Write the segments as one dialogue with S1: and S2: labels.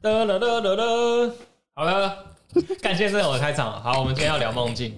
S1: 哒啦啦啦啦，好了，感谢这种的开场。好，我们今天要聊梦境，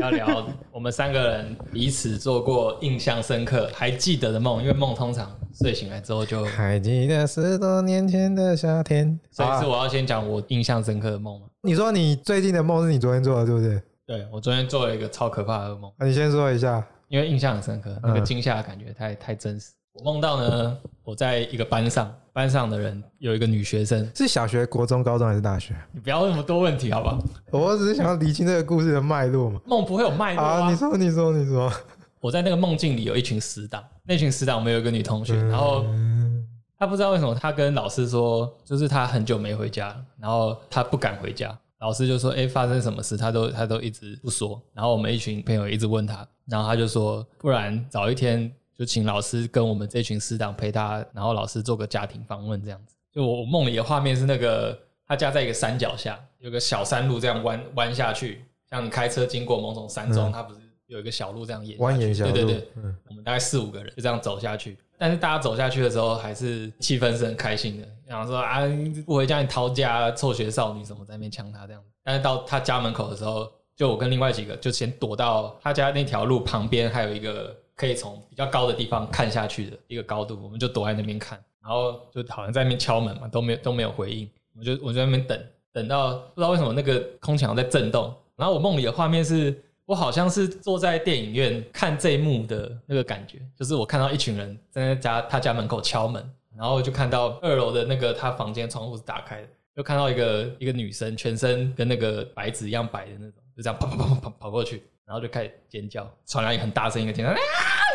S1: 要聊我们三个人彼此做过印象深刻、还记得的梦，因为梦通常睡醒来之后就……
S2: 还记得十多年前的夏天。
S1: 所以是
S2: 啊
S1: 我要先讲我印象深刻的梦嘛。
S2: 你说你最近的梦是你昨天做的，对不对？
S1: 对我昨天做了一个超可怕的噩梦，
S2: 啊，你先说一下。
S1: 因为印象很深刻，那个
S2: 嗯
S1: 惊吓的感觉太太真实。我梦到呢，我在一个班上，班上的人有一个女学生，
S2: 是小学、国中、高中还是大学？
S1: 你不要问那么多问题好不好？
S2: 我只是想要理清这个故事的脉络嘛。
S1: 梦不会有脉络啊
S2: 啊，你说，你说，你说。
S1: 我在那个梦境里有一群死党，那群死党我们有一个女同学，然后
S2: 嗯
S1: 她不知道为什么，她跟老师说，就是她很久没回家了，然后她不敢回家。老师就说：“哎、发生什么事？”她都她都一直不说。然后我们一群朋友一直问她，然后她就说：“不然早一天就请老师跟我们这群死党陪她，然后老师做个家庭访问这样子。”就我我梦里的画面是那个她家在一个山脚下，有个小山路这样弯弯下去，像开车经过某种山中，
S2: 嗯
S1: 它不是有一个小路这样沿
S2: 蜿蜒小路。
S1: 对对对，
S2: 嗯，
S1: 我们大概四五个人就这样走下去。但是大家走下去的时候，还是气氛是很开心的，然后说啊，你不回家你逃家，啊臭学少女什么在那边呛他这样子。但是到他家门口的时候，就我跟另外几个就先躲到他家那条路旁边，还有一个可以从比较高的地方看下去的一个高度，我们就躲在那边看，然后就好像在那边敲门嘛，都没有都没有回应，我就我就在那边等，等到不知道为什么那个空墙在震动，然后我梦里的画面是我好像是坐在电影院看这一幕的那个感觉，就是我看到一群人在他家他家门口敲门，然后就看到二楼的那个他房间窗户是打开的，就看到一个一个女生全身跟那个白纸一样白的那种，就这样跑跑跑跑跑跑过去，然后就开始尖叫，传来一个很大声一个尖叫啊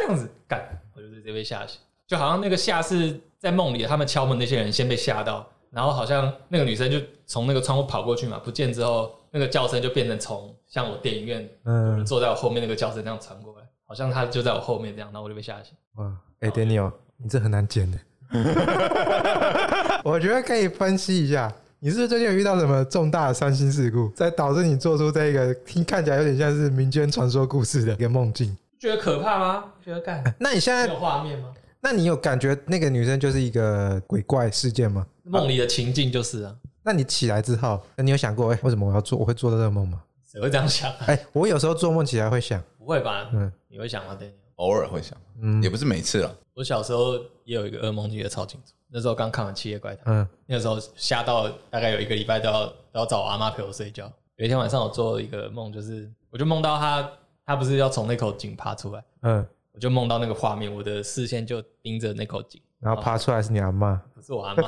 S1: 这样子，干，我就直接被吓醒。就好像那个吓是在梦里，他们敲门那些人先被吓到，然后好像那个女生就从那个窗户跑过去嘛，不见之后，那个叫声就变成从像我电影院
S2: 嗯，
S1: 坐在我后面那个叫声这样传过来，好像她就在我后面这样，然后我就被吓醒。
S2: 哇，哎、d a n i e l 你这很难剪的。 我觉得可以分析一下，你是不是最近有遇到什么重大的伤心事故，才导致你做出这个听看起来有点像是民间传说故事的一个梦境？
S1: 觉得可怕吗？啊觉得 干
S2: 那你现在，
S1: 有画面吗？
S2: 那你有感觉那个女生就是一个鬼怪事件吗？
S1: 梦里的情境就是啊，
S2: 那你起来之后，那你有想过，哎、为什么我要做，我会做到这个梦吗？
S1: 谁会这样想？
S2: 哎、我有时候做梦起来会想，
S1: 不会吧？
S2: 嗯
S1: 你会想吗？对，
S3: 偶尔会想，
S2: 嗯
S3: 也不是每次了。
S1: 我小时候也有一个噩梦，记得超清楚。那时候刚看完《七夜怪谈》，
S2: 嗯，
S1: 那时候吓到大概有一个礼拜都要都要找我阿妈陪我睡觉。有一天晚上我做了一个梦，就是我就梦到她，她不是要从那口井爬出来，
S2: 嗯，
S1: 我就梦到那个画面，我的视线就盯着那口井，
S2: 然后爬出来是你阿妈，
S1: 不是我阿妈，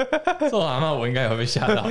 S1: 是我阿妈，我应该也会被吓到。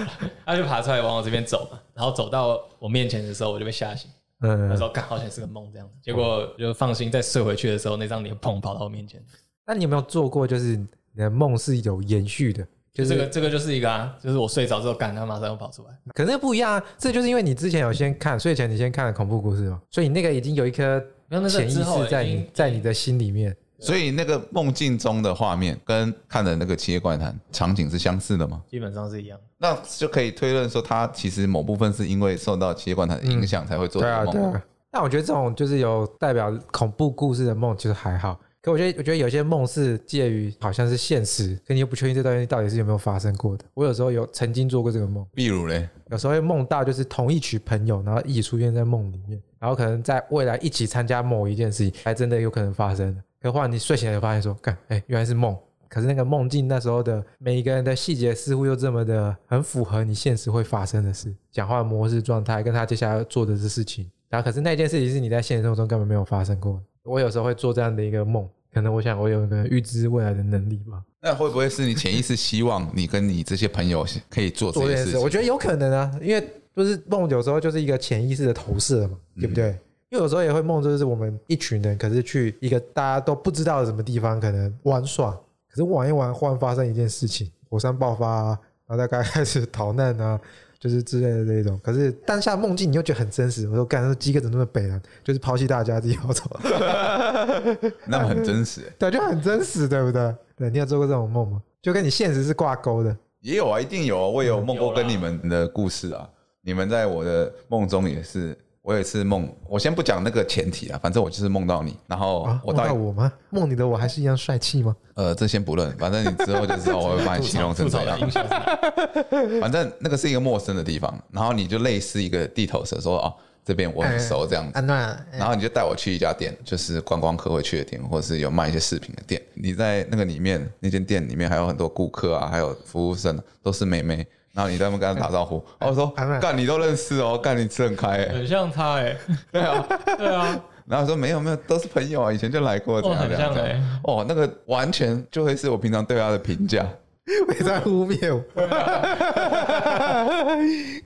S1: 她就爬出来往我这边走嘛，然后走到我面前的时候，我就被吓醒。那
S2: 嗯
S1: 时，候刚好像是个梦这样，结果就放心再睡回去的时候，那张脸砰跑到我面前。
S2: 那你有没有做过，就是你的梦是有延续的？
S1: 就
S2: 就是
S1: 这个，这个就是一个啊，就是我睡着之后，干他马上又跑出来。
S2: 可是不一样啊，这就是因为你之前有先看，睡前你先看了恐怖故事嘛，所以你那个已经有一颗
S1: 没有那是
S2: 潜意
S1: 之后
S2: 识在
S1: 已
S2: 你
S1: 经
S2: 在你的心里面。
S3: 所以那个梦境中的画面跟看的那个《七夜怪谈》场景是相似的吗？
S1: 基本上是一样。
S3: 那就可以推论说，他其实某部分是因为受到《七夜怪谈》的影响才会做
S2: 对
S3: 这
S2: 啊，
S3: 个
S2: 对
S3: 梦。
S2: 啊。但我觉得这种就是有代表恐怖故事的梦，其实还好。可我觉得，我觉得有些梦是介于好像是现实，可你又不确定这东西到底是有没有发生过的。我有时候有曾经做过这个梦，
S3: 例如嘞，
S2: 有时候会梦到就是同一群朋友，然后一起出现在梦里面，然后可能在未来一起参加某一件事情，还真的有可能发生的。可后来你睡醒来就发现说，干，哎、原来是梦。可是那个梦境那时候的每一个人的细节似乎又这么的很符合你现实会发生的事，讲话模式、状态，跟他接下来要做的这事情。然后可是那件事情是你在现实生活中根本没有发生过的。我有时候会做这样的一个梦，可能我想我有一个预知未来的能力吧。
S3: 那会不会是你潜意识希望你跟你这些朋友可以做这
S2: 做这
S3: 些
S2: 件
S3: 事
S2: 事，
S3: 情？
S2: 我觉得有可能啊，因为就是梦有时候就是一个潜意识的投射嘛，对
S3: 嗯
S2: 不对？因为有时候也会梦，就是我们一群人，可是去一个大家都不知道的什么地方，可能玩耍，可是玩一玩，忽然发生一件事情，火山爆发啊，然后大概开始逃难啊，就是之类的这一种。可是当下梦境你又觉得很真实，我说干，这鸡哥怎么那么北蓝，就是抛弃大家自己跑走，
S3: 那么很真实欸、
S2: 对，就很真实，对不对？对，你有做过这种梦吗？就跟你现实是挂钩的。
S3: 也有啊，一定有啊，我也有梦
S1: 有
S3: 过
S1: 啦
S3: 跟你们的故事啊。你们在我的梦中也是我有一次梦，我先不讲那个前提啊，反正我就是梦到你，然后
S2: 啊，
S3: 我
S2: 梦
S3: 到
S2: 到我吗？梦里的我还是一样帅气吗？
S3: 呃，这先不论，反正你之后就知道我会把哎你形容成
S1: 吐槽
S3: 怎
S1: 的
S3: 样。
S1: 音效是哪，
S3: 反正那个是一个陌生的地方，然后你就类似一个地头蛇，说哦这边我很熟这样子，
S2: 安娜，
S3: 然后你就带我去一家店，就是观光客会去的店，或者是有卖一些饰品的店。你在那个里面，那间店里面还有很多顾客啊，还有服务生都是美眉，然后你在那边跟她打招呼，然后我
S2: 安
S3: 说
S2: 娜
S3: 干你都认识哦，干你吃很开欸，
S1: 很像他哎，
S3: 对啊，
S1: 对啊，
S3: 然后说没有没有，都是朋友啊，以前就来过，怎
S1: 哦，
S3: 样
S1: 很
S3: 怎
S1: 像
S3: 样怎样。
S1: 哎，
S3: 哦，那个完全就会是我平常对她的评价。
S2: 别在污蔑 我，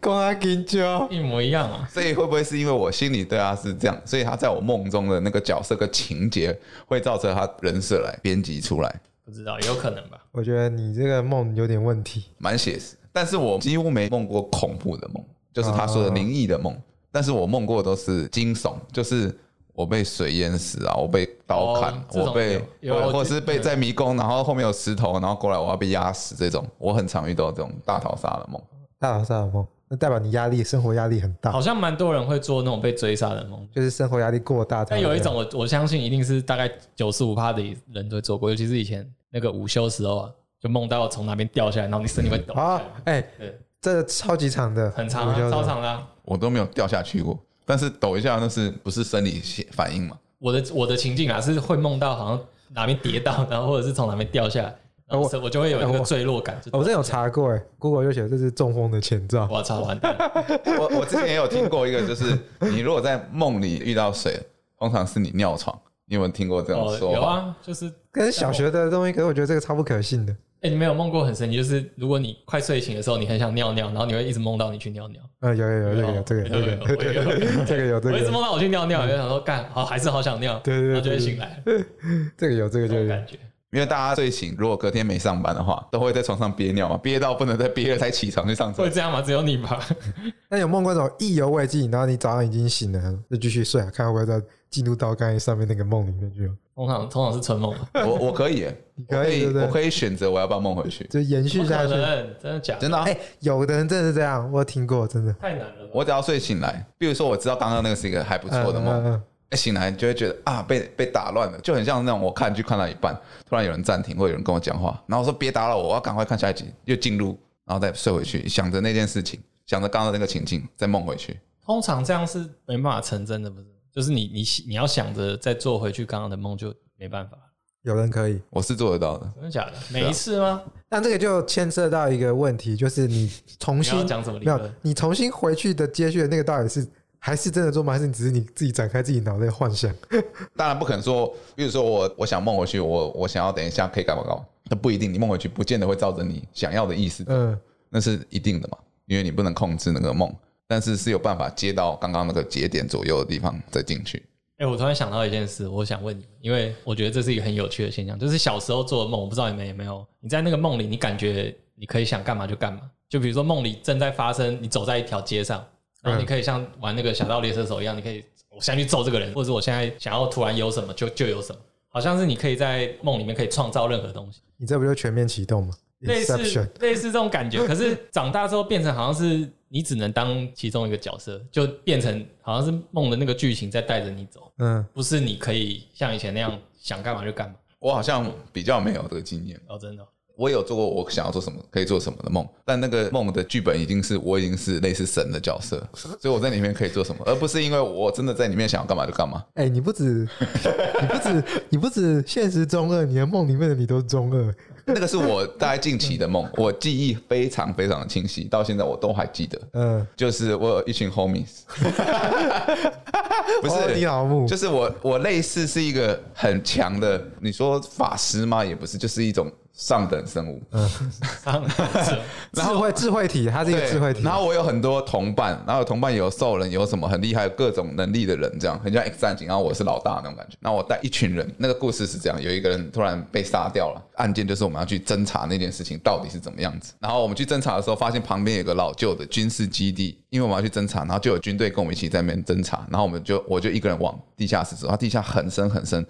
S2: 公阿金娇，
S1: 一模一样啊，
S3: 所以会不会是因为我心里对他是这样，所以他在我梦中的那个角色跟情节会照着他人设来编辑出来，
S1: 不知道有可能吧？
S2: 我觉得你这个梦有点问题。
S3: 蛮写实。但是我几乎没梦过恐怖的梦，就是他说的灵异的梦，但是我梦过都是惊悚，就是。我被水淹死啊！我被刀砍，
S1: 哦这种
S3: 我被
S1: 有
S3: 或
S1: 有
S3: 或是被在迷宫，然后后面有石头，然后过来我要被压死这种，我很常遇到这种大逃杀的梦。
S2: 大佬大佬梦，那代表你压力生活压力很大
S1: 好，像蛮多人会做那种被追杀的梦，
S2: 就是生活压力过大才
S1: 但
S2: 会这样。
S1: 有一种我我相信一定是大概九十五趴的人都会做过，尤其是以前那个午休时候啊，就梦到从哪边掉下来，然后你身体会抖下来，
S2: 啊，哎
S1: 对，
S2: 这超级长的，
S1: 很长
S2: 午休
S1: 啊，
S2: 的
S1: 超长啦、
S3: 我都没有掉下去过，但是抖一下那是不是生理反应嘛？
S1: 我的我的情境啊，是会梦到好像哪边跌倒，然后或者是从哪边掉下来，然后
S2: 我
S1: 是我就会有一
S2: 哎
S1: 个
S2: 我
S1: 坠落感。就
S2: 哦我真的有查过，哎，Google 就写这是中风的前兆。
S1: 我操，完蛋！
S3: 我我之前也有听过一个，就是你如果在梦里遇到水，通常是你尿床。你有没有听过这种
S1: 哦，
S3: 说
S1: 有
S3: 法？
S1: 啊，就是
S2: 可是小学的东西，可是我觉得这个超不可信的。
S1: 哎、你没有梦过很神奇，就是如果你快睡醒的时候，你很想尿尿，然后你会一直梦到你去尿尿。
S2: 呃，有有有，这个有这
S1: 哦
S2: 个有这个有
S1: 有有有有有
S2: 这个有这
S1: 我
S2: 个
S1: 一直
S2: 有
S1: 梦到我去尿尿，就想说干，好还是好想尿，
S2: 对对对
S1: 然后就会
S2: 对对
S1: 醒来，
S2: 这个有这个
S1: 这
S2: 就
S1: 种
S2: 有
S1: 感。觉。
S3: 因为大家睡醒，如果隔天没上班的话，都会在床上憋尿嘛，憋到不能再憋了才起床去上厕所
S1: 会。这样吗？只有你吧？
S2: 那有梦过那种意犹未尽，然后你早上已经醒了，就继续睡啊，看会不会再进入到刚才上面那个梦里面去哦。
S1: 通常通常是春梦吧，
S3: 我我可以耶，
S2: 你
S3: 我
S2: 可以对不
S3: 我
S2: 对？
S3: 可以选择我要不要梦回去。
S2: 就延
S1: 不
S2: 续
S1: 可
S2: 下去。
S1: 能，真的假的？
S3: 真的、啊，
S2: 哎，有的人真的是这样，我有听过，真的。
S1: 太难了吧。
S3: 我只要睡醒来，比如说我知道刚刚那个是一个还不
S2: 不
S3: 错的梦，
S2: 嗯嗯
S3: 哎醒来就会觉得啊被被打乱了，就很像那种我看剧看到一半，突然有人暂停或有人跟我讲话，然后我说别打扰我，我要赶快看下一集，又进入，然后再睡回去，想着那件事情，想着刚刚的那个情境，再梦回去。
S1: 通常这样是没办法成真的，不是？就是你你你要想着再做回去刚刚的梦，就没办法。
S2: 有人可以。
S3: 我是做得到的。
S1: 真的假的？每一次吗？
S2: 但这个就牵涉到一个问题，就是你重
S1: 你要
S2: 新
S1: 讲什么理
S2: 没有
S1: 论？，
S2: 你重新回去的接续的那个到底是还是真的做吗？还是你只是你自己展开自己脑袋的幻想？
S3: 当然不可能说，比如说我我想梦回去，我我想要等一下可以干嘛干嘛，那不一定。你梦回去不见得会照着你想要的意思，
S2: 嗯，
S3: 那是一定的嘛，因为你不能控制那个梦，但是是有办法接到刚刚那个节点左右的地方再进去。
S1: 哎、我突然想到一件事，我想问你，因为我觉得这是一个很有趣的现象，就是小时候做的梦，我不知道你们有没有，你在那个梦里，你感觉你可以想干嘛就干嘛，就比如说梦里正在发生，你走在一条街上，然后你可以像玩那个侠盗猎车手一样，你可以我现在去揍这个人，或者是我现在想要突然有什么就就有什么，好像是你可以在梦里面可以创造任何东西。
S2: 你这不就全面启动吗
S1: 类
S2: ？Inception
S1: 似类似这种感觉。可是长大之后变成好像是你只能当其中一个角色，就变成好像是梦的那个剧情在带着你走，
S2: 嗯，
S1: 不是你可以像以前那样想干嘛就干嘛。
S3: 我好像比较没有这个经验，
S1: 哦，真的哦、
S3: 我有做过我想要做什么可以做什么的梦，但那个梦的剧本已经是我已经是类似神的角色， 所以我在里面可以做什么，而不是因为我真的在里面想要干嘛就 干嘛。
S2: 哎、你不止，你不止，你不止现实中二，你的梦里面的你都中二。
S3: 那个是我大概近期的梦，我记忆非常非常的清晰，到现在我都还记得。
S2: 嗯，
S3: 就是我有一群 homies，不
S2: 哦你
S3: 是，
S2: 老木，
S3: 就是我我类似是一个很强的，你说法师吗？也不是，就是一种上等生物。
S1: 上 次
S2: 智慧智慧体，它是一个智慧体。
S3: 然后我有很多同伴，然后同伴有兽人，有什么很厉害、有各种能力的人，这样很像 X 战警，然后我是老大那种感觉。然后我带一群人，那个故事是这样：有一个人突然被杀掉了，案件就是我们要去侦查那件事情到底是怎么样子。然后我们去侦查的时候，发现旁边有个老旧的军事基地，因为我们要去侦查，然后就有军队跟我们一起在那边侦查，然后我们就我就一个人往地下室走，它地下很深很深，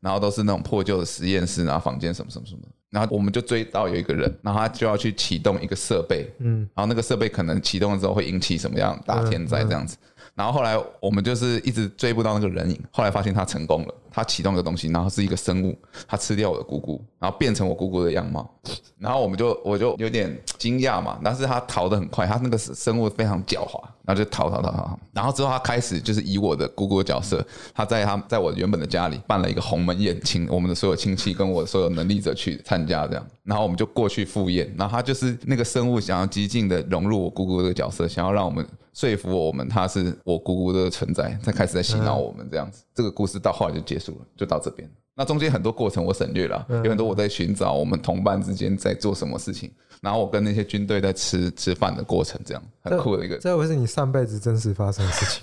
S3: 然后都是那种破旧的实验室，然啊后房间什么什么什么的。然后我们就追到有一个人，然后他就要去启动一个设备，嗯，然后那个设备可能启动了之后会引起什么样的大天灾这样子。然后后来我们就是一直追不到那个人影，后来发现他成功了，他启动一个东西，然后是一个生物，他吃掉我的姑姑，然后变成我姑姑的样貌，然后我们就我就有点惊讶嘛，但是他逃得很快，他那个生物非常狡猾，然后就逃逃逃逃逃，然后之后他开始就是以我的姑姑的角色，他在他在我原本的家里办了一个鸿门宴，请我们的所有亲戚跟我所有能力者去参加这样，然后我们就过去赴宴，然后他就是那个生物想要激进的融入我姑姑这个角色，想要让我们说服我们他是我姑姑的存在，才开始在洗脑我们这样子。这个故事到后来就结束了，就到这边。那中间很多过程我省略了，
S2: 嗯
S3: 有很多我在寻找我们同伴之间在做什么事情，然后我跟那些军队在吃吃饭的过程，这样很酷的一个
S2: 这会是你上辈子真实发生的事情。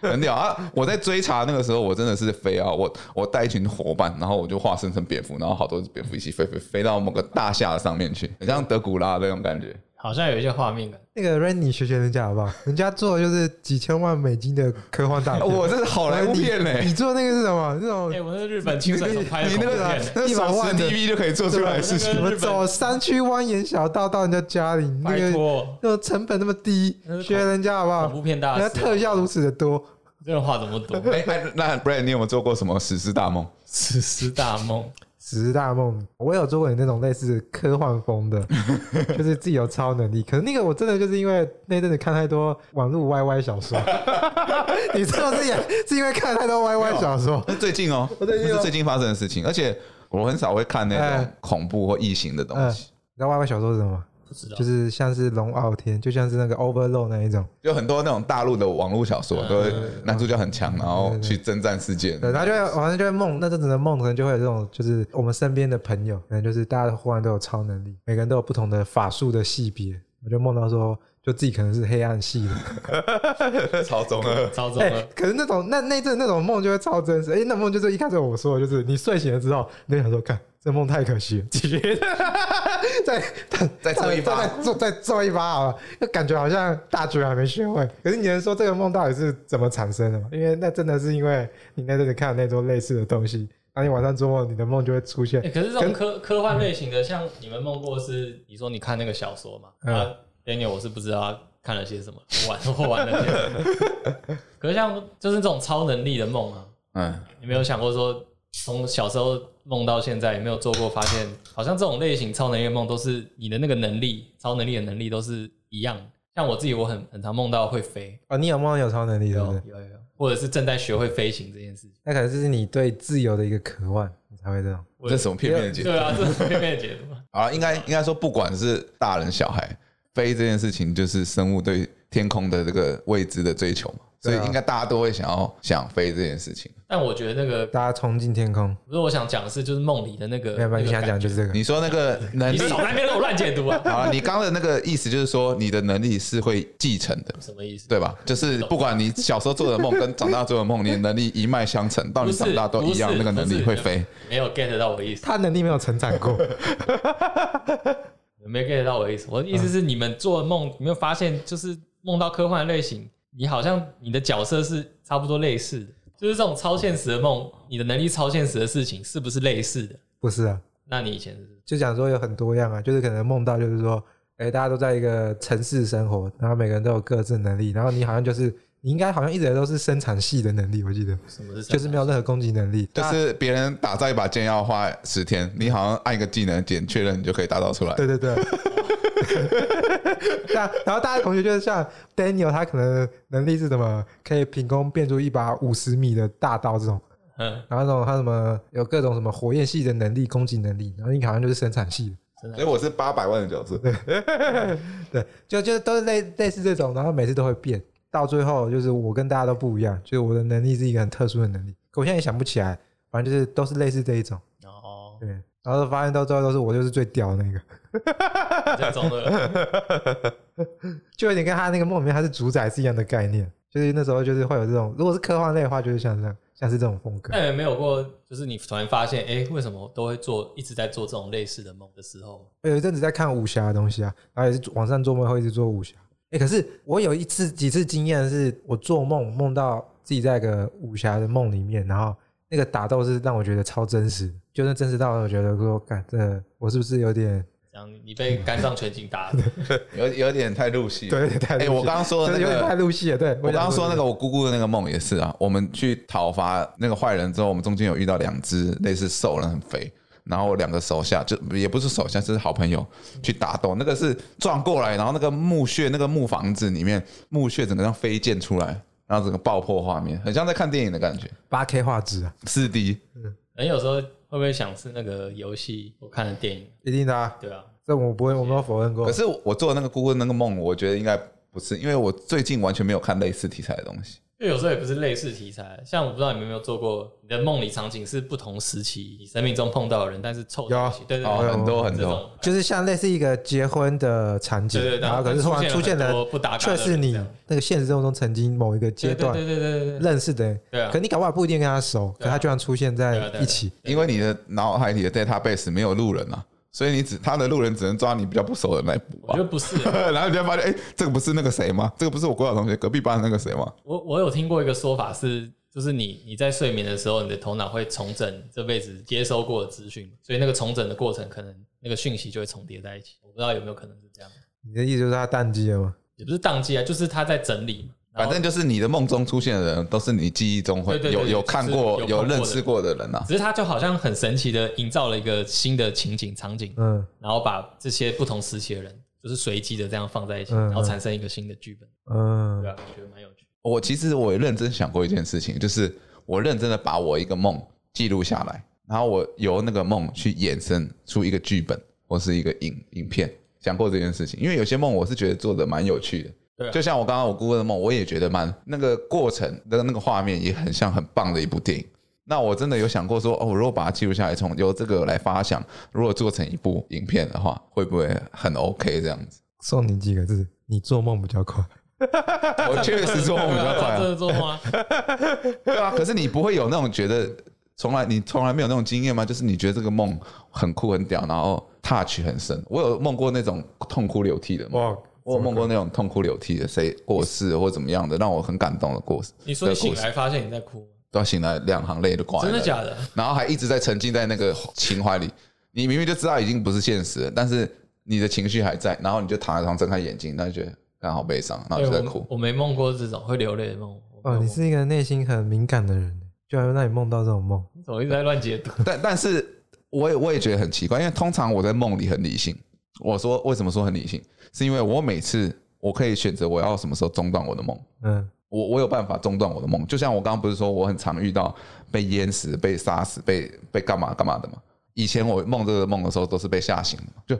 S3: 很屌啊！我在追查那个时候，我真的是飞啊！我我带一群伙伴，然后我就化身成蝙蝠，然后好多只蝙蝠一起飞飞飞到某个大厦上面去，很像德古拉那种 感觉。
S1: 好像有一些画面感。
S2: 那个 Rainy 学学人家 好不好？人家做的就是几千万美金的科幻 大片，
S3: 我这是好莱坞片嘞、
S2: 你做那个是什么？那种
S1: 欸哎、我那是日本清水所拍的
S3: 你
S1: 恐
S3: 那
S1: 怖
S3: 个
S1: 片，
S3: 那
S2: 一百
S3: 手
S2: 万
S3: 持
S2: 的
S3: DV 就可以做出来的事 情，
S2: 我们走山区蜿蜒小道到人家家里，那
S1: 拜
S2: 个
S1: 托，
S2: 那种成本那么低
S1: 那是，恐
S2: 学人家好不
S1: 恐怖
S2: 好？
S1: 片大
S2: 人家
S1: 师啊，
S2: 特效如此的多，
S1: 这种话怎么多？
S3: 哎、哎那 Brad，你有没有做过什么史诗大梦？
S1: 史诗大梦，
S2: 十大梦，我有做过你那种类似科幻 风的，就是自己有超能力。可是那个我真的就是因为那阵子看太多网络 YY 小说，你是不是也是因为看太多 YY 小说？
S3: 那最 近哦，
S2: 最近哦
S3: 是最近发生的事情，而且我很少会看那种
S2: 哎
S3: 恐怖或异形的东西，
S2: 嗯你知道 YY 小说是什么吗？
S1: 不知道
S2: 就。是像是龙傲天，就像是那个 Overload 那一种，
S3: 有很多那种大陆的网络小
S2: 哎
S3: 说，都会男主角很强，然后去征战世界。
S1: 嗯
S2: 对，然后就会好像就会梦，那阵子的梦可能就会有这种，就是我们身边的朋友，可能就是大家忽然都有超能力，每个人都有不同的法术的系别，我就梦到说，就自己可能是黑暗系的。
S3: 超中 二，
S1: 超重
S2: 哎、
S1: 了，
S2: 可是那种那那阵那种梦就会超真实，哎、那梦就是一开始我说的，就是你睡醒了之后，你就想说，看这梦太可惜了， 继续再
S3: 再做一把
S2: 再再做再做一把好了，就感觉好像大学还没学会。可是你能说这个梦到底是怎么产生的吗？因为那真的是因为你那阵子看了那种类似的东西，然后你晚上做梦，你的梦就会出现
S1: 哎、。可是这种科科幻类型的，像你们梦过是，你说你看那个小说嘛？
S2: 嗯
S1: 啊，Daniel，我是不知道他看了些什么，我玩我玩了些什么。 可是像就是这种超能力的梦啊，
S3: 嗯，
S1: 你没有想过说，从小时候梦到现在，有没有做过发现，好像这种类型超能力的梦都是你的那个能力，超能力的能力都是一样的。像我自己，我很很常梦到会飞，
S2: 哦，你有梦到有超能力，是
S1: 有
S2: 不是？
S1: 有有，或者是正在学会飞行这件事情。
S2: 那可能就是你对自由的一个渴望，你才会这样。
S1: 我
S3: 这是什么片面的解读？
S1: 对啊，这是片面的解读。
S3: 啊，应该应该说，不管是大人小孩，飞这件事情就是生物对天空的这个未知的追求嘛，所以
S2: 对啊
S3: 应该大家都会想要想飞这件事情。
S1: 但我觉得那个
S2: 大家冲进天空，
S1: 不是我想讲的是，就是梦里的那个。
S2: 没有
S1: 那
S2: 没有，呃你
S1: 个
S2: 想讲
S1: 感觉
S2: 就是这个。
S3: 你说那个能
S1: 你
S3: 力，！
S1: 少在那边给我乱解读啊
S3: 好了，你刚的那个意思就是说，你的能力是会继承的。
S1: 什么意思？
S3: 对吧？就是不管你小时候做的梦跟长大做的梦，你的能力一脉相承，到你
S1: 不是
S3: 长大都一
S1: 不
S3: 样，那
S1: 是
S3: 个能力会飞。
S1: 没有 get 到我的意思，
S2: 他能力没有成长过，
S1: 没 get 到我的意思。我的意思是，你们做梦，有没有发现，就是梦到科幻类型，你好像你的角色是差不多类似的，就是这种超现实的梦，你的能力超现实的事情是不是类似的？
S2: 不是啊？
S1: 那你以前是
S2: 就讲说有很多样啊，就是可能梦到就是说，哎、大家都在一个城市生活，然后每个人都有各自的能力，然后你好像就是你应该好像一直都是生产系的能力，我记得
S1: 什么是啊
S2: 就是没有任何攻击能力，
S3: 就是别人打造一把剑要花十天，你好像按一个技能键确认，你就可以打造出来。
S2: 对对对。那然后大家同学就是像 Daniel，他可能能力是什么？可以凭空变出一把五十米的大刀这种，
S1: 嗯，
S2: 然后那种他什么有各种什么火焰系的能力、攻击能力，然后你好像就是生产系的。
S1: 真
S3: 所以
S1: 的
S3: 我是八百万的角色，
S2: 对，就就是都是类类似这种，然后每次都会变，到最后就是我跟大家都不一样，就是我的能力是一个很特殊的能力，可我现在也想不起来，反正就是都是类似这一种，
S1: 哦，
S2: 对，然后发现到最后都是我就是最屌的那个，
S1: 这种的，
S2: 就有点跟他那个梦里面他是主宰是一样的概念，就是那时候就是会有这种，如果是科幻类的话，就是像这样，像是这种风格
S1: 那，有没有过，就是你突然发现，哎，为什么都会做一直在做这种类似的梦的时候？
S2: 我有一阵子在看武侠的东西啊，然后也是晚上做梦会一直做武侠。哎、可是我有一次几次经验是，我做梦梦到自己在一个武侠的梦里面，然后那个打斗是让我觉得超真实，就是真实到我觉得说，干这我是不是有点
S1: 这然后你被肝脏全景打了，
S3: 有有点太入戏。
S2: 对，对，太入
S3: 哎，
S2: 戏
S3: 我刚刚说的
S2: 真
S3: 那
S2: 有点太
S3: 个。
S2: 入戏了。对
S3: 我刚刚说那个，我姑姑的那个梦也是啊。我们去讨伐那个坏人之后，我们中间有遇到两只类似兽人很肥，然后两个手下就也不是手下，就是好朋友去打斗。那个是撞过来，然后那个墓穴、那个木房子里面墓穴整个像飞溅出来，然后整个爆破画面，很像在看电影的感觉，
S2: 八 K 画质啊，
S3: 四 D。
S1: 人有时候会不会想是那个游戏我看的电影？
S2: 一定的啊，
S1: 对啊，
S2: 这我不会，我没有否认过
S3: 可。是我做那个姑姑那个梦，我觉得应该不是，因为我最近完全没有看类似题材的东西。
S1: 因为有时候也不是类似题材，像我不知道你们有没有做过，你的梦里场景是不同时期你生命中碰到的人，但是凑在一起，
S2: 有
S1: 对对
S3: 哦，
S1: 对，
S3: 很多很
S1: 这
S3: 多
S1: 种，
S2: 就是像类似一个结婚的场景
S1: 对对，对
S2: 然后啊可是突然出
S1: 出
S2: 现
S1: 现了很
S2: 了
S1: 多不搭嘎的
S2: 却
S1: 人
S2: 是你
S1: 这样
S2: 那个现实生活中曾经某一个阶
S1: 对对
S2: 段
S1: 对对对对对
S2: 认识的人，
S1: 对啊
S2: 可！你搞不好不一定跟他熟，可
S1: 对啊
S2: 他居然出现
S1: 对啊
S2: 在
S1: 对啊
S2: 一起，
S3: 因为你的脑海里的 database 没有路人啊，所以你只他的路人只能抓你比较不熟的来补
S1: 我
S3: 啊
S1: 觉。得不是，
S3: 然后你就发现，哎、这个不是那个谁吗？这个不是我国小同学隔壁班的那个谁吗？
S1: 我我有听过一个说法是，就是你你在睡眠的时候，你的头脑会重整这辈子接收过的资讯，所以那个重整的过程，可能那个讯息就会重叠在一起。我不知道有没有可能是这样，
S2: 你的意思就是他淡季了吗？
S1: 也不是宕机啊，就是他在整理嘛。然
S3: 反
S1: 后
S3: 正就是你的梦中出现的人，都是你记忆中
S1: 哦
S3: 会
S1: 对对对
S3: 有
S1: 对
S3: 有
S1: 就是
S3: 看过、
S1: 有碰
S3: 有
S1: 过的
S3: 认识过的人啊。
S1: 只是他就好像很神奇的营造了一个新的情景场景，
S2: 嗯，
S1: 然后把这些不同时期的人就是随机的这样放在一起，
S2: 嗯
S1: 然后产生一个新的剧本，
S2: 嗯
S1: 对，啊，我觉得蛮有趣。
S3: 我其实我也认真想过一件事情，就是我认真的把我一个梦记录下来，然后我由那个梦去衍生出一个剧本或是一个影影片。想过这件事情，因为有些梦我是觉得做的蛮有趣的，
S1: 对啊
S3: 就像我刚刚我姑姑的梦，我也觉得蛮那个过程的那个画面也很像很棒的一部电影。那我真的有想过说，哦，我如果把它记录下来，从由这个来发想，如果做成一部影片的话，会不会很 OK 这样子？
S2: 送你几个字，你做梦比较快。
S3: 我确实做梦比较快、啊，
S1: 这是做梦 啊，
S3: 对啊，可是你不会有那种觉得从来你从来没有那种经验吗？就是你觉得这个梦很酷很屌，然后 touch 很深。我有梦过那种痛哭流涕的梦，
S2: 哇，
S3: 我有梦过那种痛哭流涕的，谁过世或怎么样的，让我很感动的故事。
S1: 你说你
S3: 这个
S1: 醒
S3: 故事
S1: 来发现你在哭吗，
S3: 都要醒来两行泪都挂
S1: 真的
S3: 的？
S1: 假的？
S3: 然后还一直在沉浸在那个情怀里，你明明就知道已经不是现实了，但是你的情绪还在，然后你就躺在床上睁开眼睛，那就觉得刚好悲伤，然后
S1: 对
S3: 就在
S1: 我
S3: 哭。
S1: 我没梦过这种会流泪的梦。我没有
S2: 哦，你
S1: 梦
S2: 是一个内心很敏感的人，居然会让你梦到这种梦。
S1: 你怎么一直在乱解读？
S3: 但但是我也我也觉得很奇怪，因为通常我在梦里很理性。我说为什么说很理性，是因为我每次我可以选择我要什么时候中断我的梦，
S2: 嗯，
S3: 我我有办法中断我的梦。就像我刚刚不是说我很常遇到被淹死、被杀死、被被干嘛干嘛的嘛。以前我梦这个梦的时候都是被吓醒的嘛，就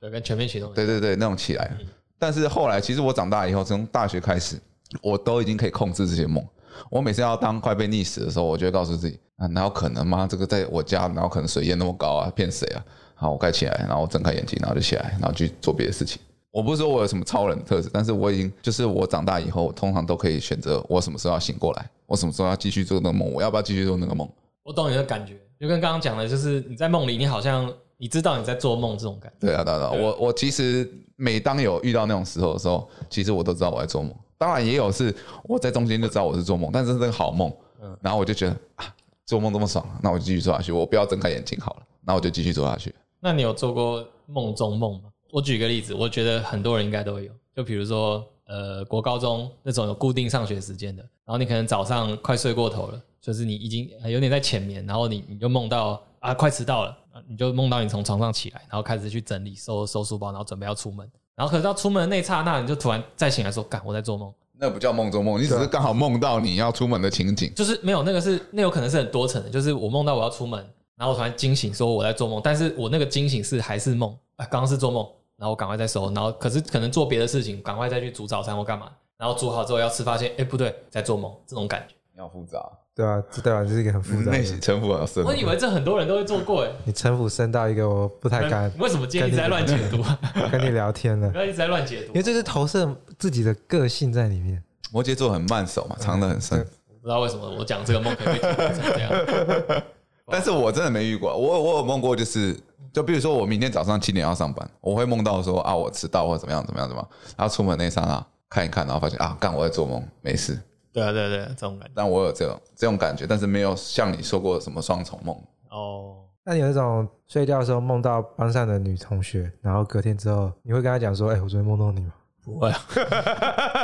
S1: 对，跟全面启动一样。
S3: 对对对那种起来。但是后来其实我长大以后，从大学开始，我都已经可以控制这些梦。我每次要当快被溺死的时候，我就会告诉自己啊，哪有可能吗？这个在我家，哪有可能水淹那么高啊？骗谁啊？好，我盖起来，然后我睁开眼睛，然后就起来，然后去做别的事情。我不是说我有什么超人的特质，但是我已经就是我长大以后，我通常都可以选择我什么时候要醒过来，我什么时候要继续做那个梦，我要不要继续做那个梦？
S1: 我懂你的感觉，就跟刚刚讲的，就是你在梦里，你好像你知道你在做梦这种感觉。
S3: 对啊，对啊，对啊
S1: 对
S3: 我我其实每当有遇到那种时候的时候，其实我都知道我在做梦。当然也有是我在中间就知道我是做梦，但是是个好梦。然后我就觉得啊，做梦这么爽，啊那我就继续做下去，我不要睁开眼睛好了，那我就继续做下去。
S1: 那你有做过梦中梦吗？我举一个例子，我觉得很多人应该都有，就比如说呃，国高中那种有固定上学时间的，然后你可能早上快睡过头了，就是你已经呃有点在浅眠，然后你你就梦到啊快迟到了，啊你就梦到你从床上起来，然后开始去整理收收书包，然后准备要出门，然后可是到出门的那一刹那，你就突然再醒来说，干我在做梦。
S3: 那不叫梦中梦，你只是刚好梦到你要出门的情景。
S1: 就是没有那个是那有可能是很多层的，就是我梦到我要出门，然后我突然惊醒，说我在做梦，但是我那个惊醒是还是梦，啊，刚刚是做梦，然后我赶快再收，然后可是可能做别的事情，赶快再去煮早餐或干嘛，然后煮好之后要吃，发现哎、诶不对，在做梦，这种感觉。
S3: 要复杂，
S2: 对啊，这对啊，这是一个很复杂的
S3: 内。心城府很深。
S1: 我以为这很多人都会做过 哎、
S2: 你城府深到一个我不 太敢
S1: 你为什么今天一直在乱解 读啊？
S2: 跟你聊天了
S1: 不，要一直在乱解读
S2: 因，为这是投射自己的个性在里面。
S3: 摩羯座很慢手嘛，藏得很深。
S1: 不知道为什么我讲这个梦可以被解读成这样。
S3: 但是我真的没遇过，我我有梦过，就是就比如说我明天早上七点要上班，我会梦到说啊我迟到或者怎么样怎么样怎么样，然后出门那一刹那看一看，然后发现啊干我在做梦，没事。
S1: 对啊，对啊对啊，这种感觉
S3: 但我有这种这种感觉，但是没有像你说过什么双重梦。
S1: 哦。
S2: 那你有那种睡觉的时候梦到班上的女同学，然后隔天之后你会跟她讲说：“哎、我昨天梦到你吗
S1: 不 会啊，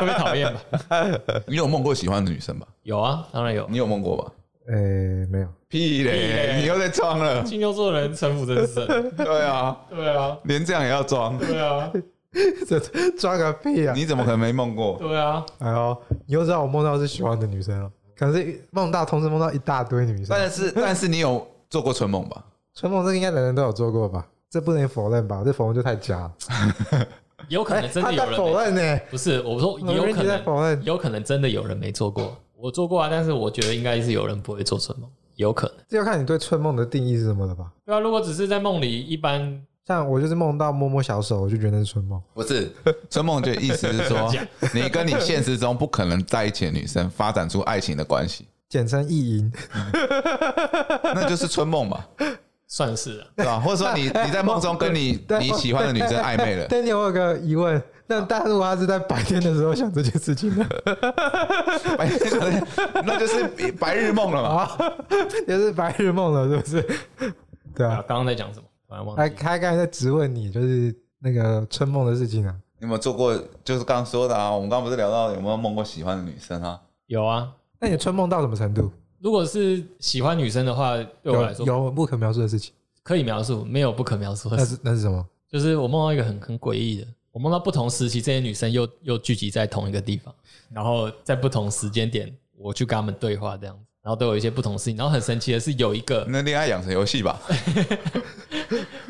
S1: 会被讨厌吧？
S3: 你有梦过喜欢的女生吧？
S1: 有啊，当然有。
S3: 你有梦过吧？？”
S2: 哎、没有。
S3: 屁嘞！
S1: 嘞
S3: 你又在装了。
S1: 金牛座的人城府真深，
S3: 对啊，
S1: 对啊，
S3: 连这样也要装？
S1: 对啊，
S2: 这抓个屁啊！
S3: 你怎么可能没梦过？
S1: 对啊，
S2: 哎呦，你又知道我梦到是喜欢的女生了，可能是梦到同时梦到一大堆女生。
S3: 但是但是你有做过春梦吧？
S2: 春梦这个应该人人都有做过吧？这不能否认吧？这否认就太假了。
S1: 有可能真的
S2: 哎
S1: 有
S2: 他在
S1: 人
S2: 否
S1: 没
S2: 认呢、
S1: 不是我说
S2: 有
S1: 有
S2: 人
S1: 可
S2: 在
S1: 能
S2: 否认。
S1: 有可能真的有人没做过，我做过啊，但是我觉得应该是有人不会做春梦，有可能。
S2: 这要看你对春梦的定义是什么了吧。
S1: 对啊，如果只是在梦里，一般
S2: 像我就是梦到摸摸小手，我就觉得是春梦。
S3: 不是，春梦的意思是说，你跟你现实中不可能在一起的女生发展出爱情的关系，
S2: 简称意 淫，
S3: 那就是春梦嘛，
S1: 算是啊。
S3: 对吧？或者说你你在梦中跟你
S2: 对
S3: 你喜欢的女生暧昧了，
S2: 但你有个疑问，那大陆他是在白天的时候想这件事情的
S3: 白天想的那就是白日梦了嘛。
S2: 啊， 也是白日梦了，是不是？对
S1: 啊
S2: 啊，
S1: 刚刚在讲什么？突然忘
S2: 他
S1: 记。
S2: 他刚才在质问你，就是那个春梦的事情啊。
S3: 你有没有做过？就是刚刚说的啊，我们刚刚不是聊到有没有梦过喜欢的女生啊？
S1: 有啊，
S2: 那你春梦到什么程度？
S1: 如果是喜欢女生的话，对我来
S2: 有
S1: 说
S2: 有不可描述的事情，
S1: 可以描述，没有不可描述的
S2: 那
S1: 事。
S2: 是那是什么？
S1: 就是我梦到一个很很诡异的，我梦到不同时期这些女生又又聚集在同一个地方，然后在不同时间点我去跟她们对话这样子，然后都有一些不同的事情。然后很神奇的是，有一个
S3: 那恋爱养成游戏吧？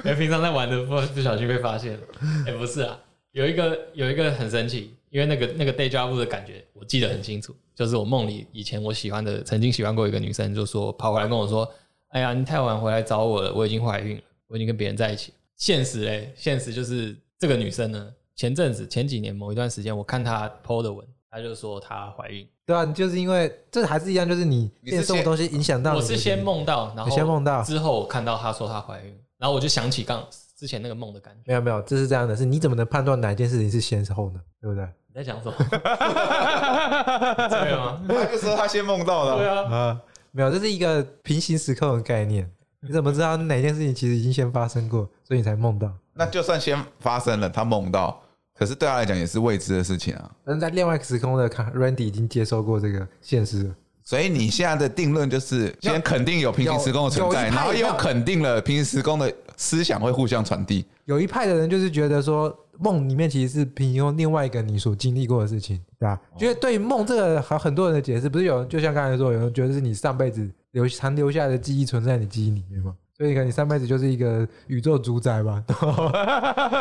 S1: 哎、平常在玩的不不小心被发现 了，哎、不是啊，有一个有一个很神奇，因为那个那个 day job 的感觉我记得很清楚，就是我梦里以前我喜欢的曾经喜欢过一个女生，就说跑回来跟我说，哎呀，你太晚回来找我了，我已经怀孕了，我已经跟别人在一起了。现实嘞，现实就是这个女生呢，前阵子前几年某一段时间，我看她 PO 的文，她就说她怀孕，
S2: 对啊，你就是因为这还是一样，就是你
S3: 你是
S2: 变什么
S3: 先
S2: 东西影响到你
S1: 我
S2: 的
S1: 是先
S2: 心
S1: 梦到，然后
S2: 你先梦到
S1: 之后我看到她说她怀孕，然后我就想起刚之前那个梦的感觉。
S2: 没有没有，这是这样的，是你怎么能判断哪一件事情是先是后呢？对不对？
S1: 你在讲 什么？ 对吗？
S3: 他就说他先梦到
S1: 对
S3: 的，
S1: 啊，
S2: 啊，没有，这是一个平行时空的概念。你怎么知道哪件事情其实已经先发生过，所以你才梦到？
S3: 那就算先发生了，他梦到，可是对他来讲也是未知的事情啊。
S2: 但是在另外一个时空的看 Randy 已经接受过这个现实了。
S3: 所以你现在的定论就是先肯定有平行时空的存
S2: 有
S3: 在，
S2: 有一派
S3: 然后又肯定了平行时空的思想会互相传 递。
S2: 有一派的人就是觉得说，梦里面其实是平庸另外一个你所经历过的事情，对吧？觉得对于梦这个，还有很多人的解释，不是有人就像刚才说，有人觉得是你上辈子留残留下来的记忆存在你记忆里面嘛，所以可能你上辈子就是一个宇宙主宰吧，